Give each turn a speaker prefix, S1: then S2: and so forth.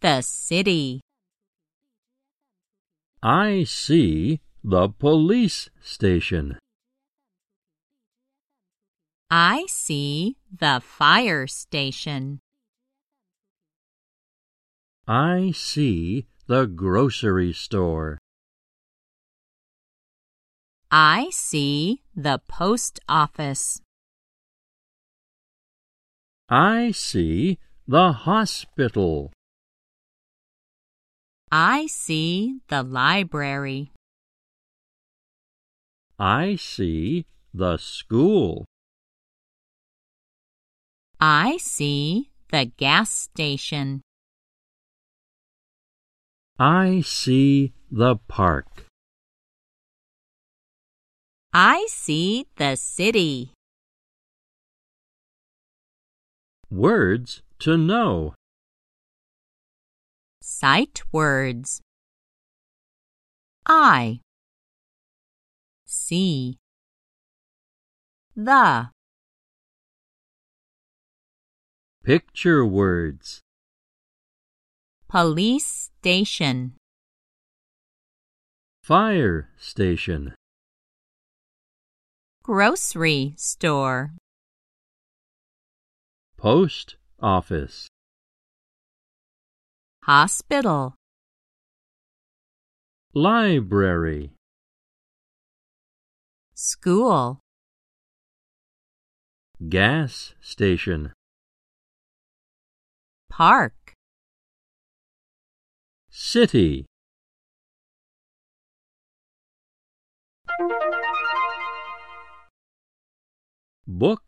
S1: The city.
S2: I see the police station.
S1: I see the fire station.
S2: I see the grocery store.
S1: I see the post office.
S2: I see the hospital.
S1: I see the library.
S2: I see the school.
S1: I see the gas station.
S2: I see the park.
S1: I see the city.
S2: Words to know.
S1: Sight words. I. See. The.
S2: Picture words.
S1: Police station.
S2: Fire station.
S1: Grocery store.
S2: Post office.
S1: Hospital.
S2: Library.
S1: School.
S2: Gas station.
S1: Park.
S2: City. Book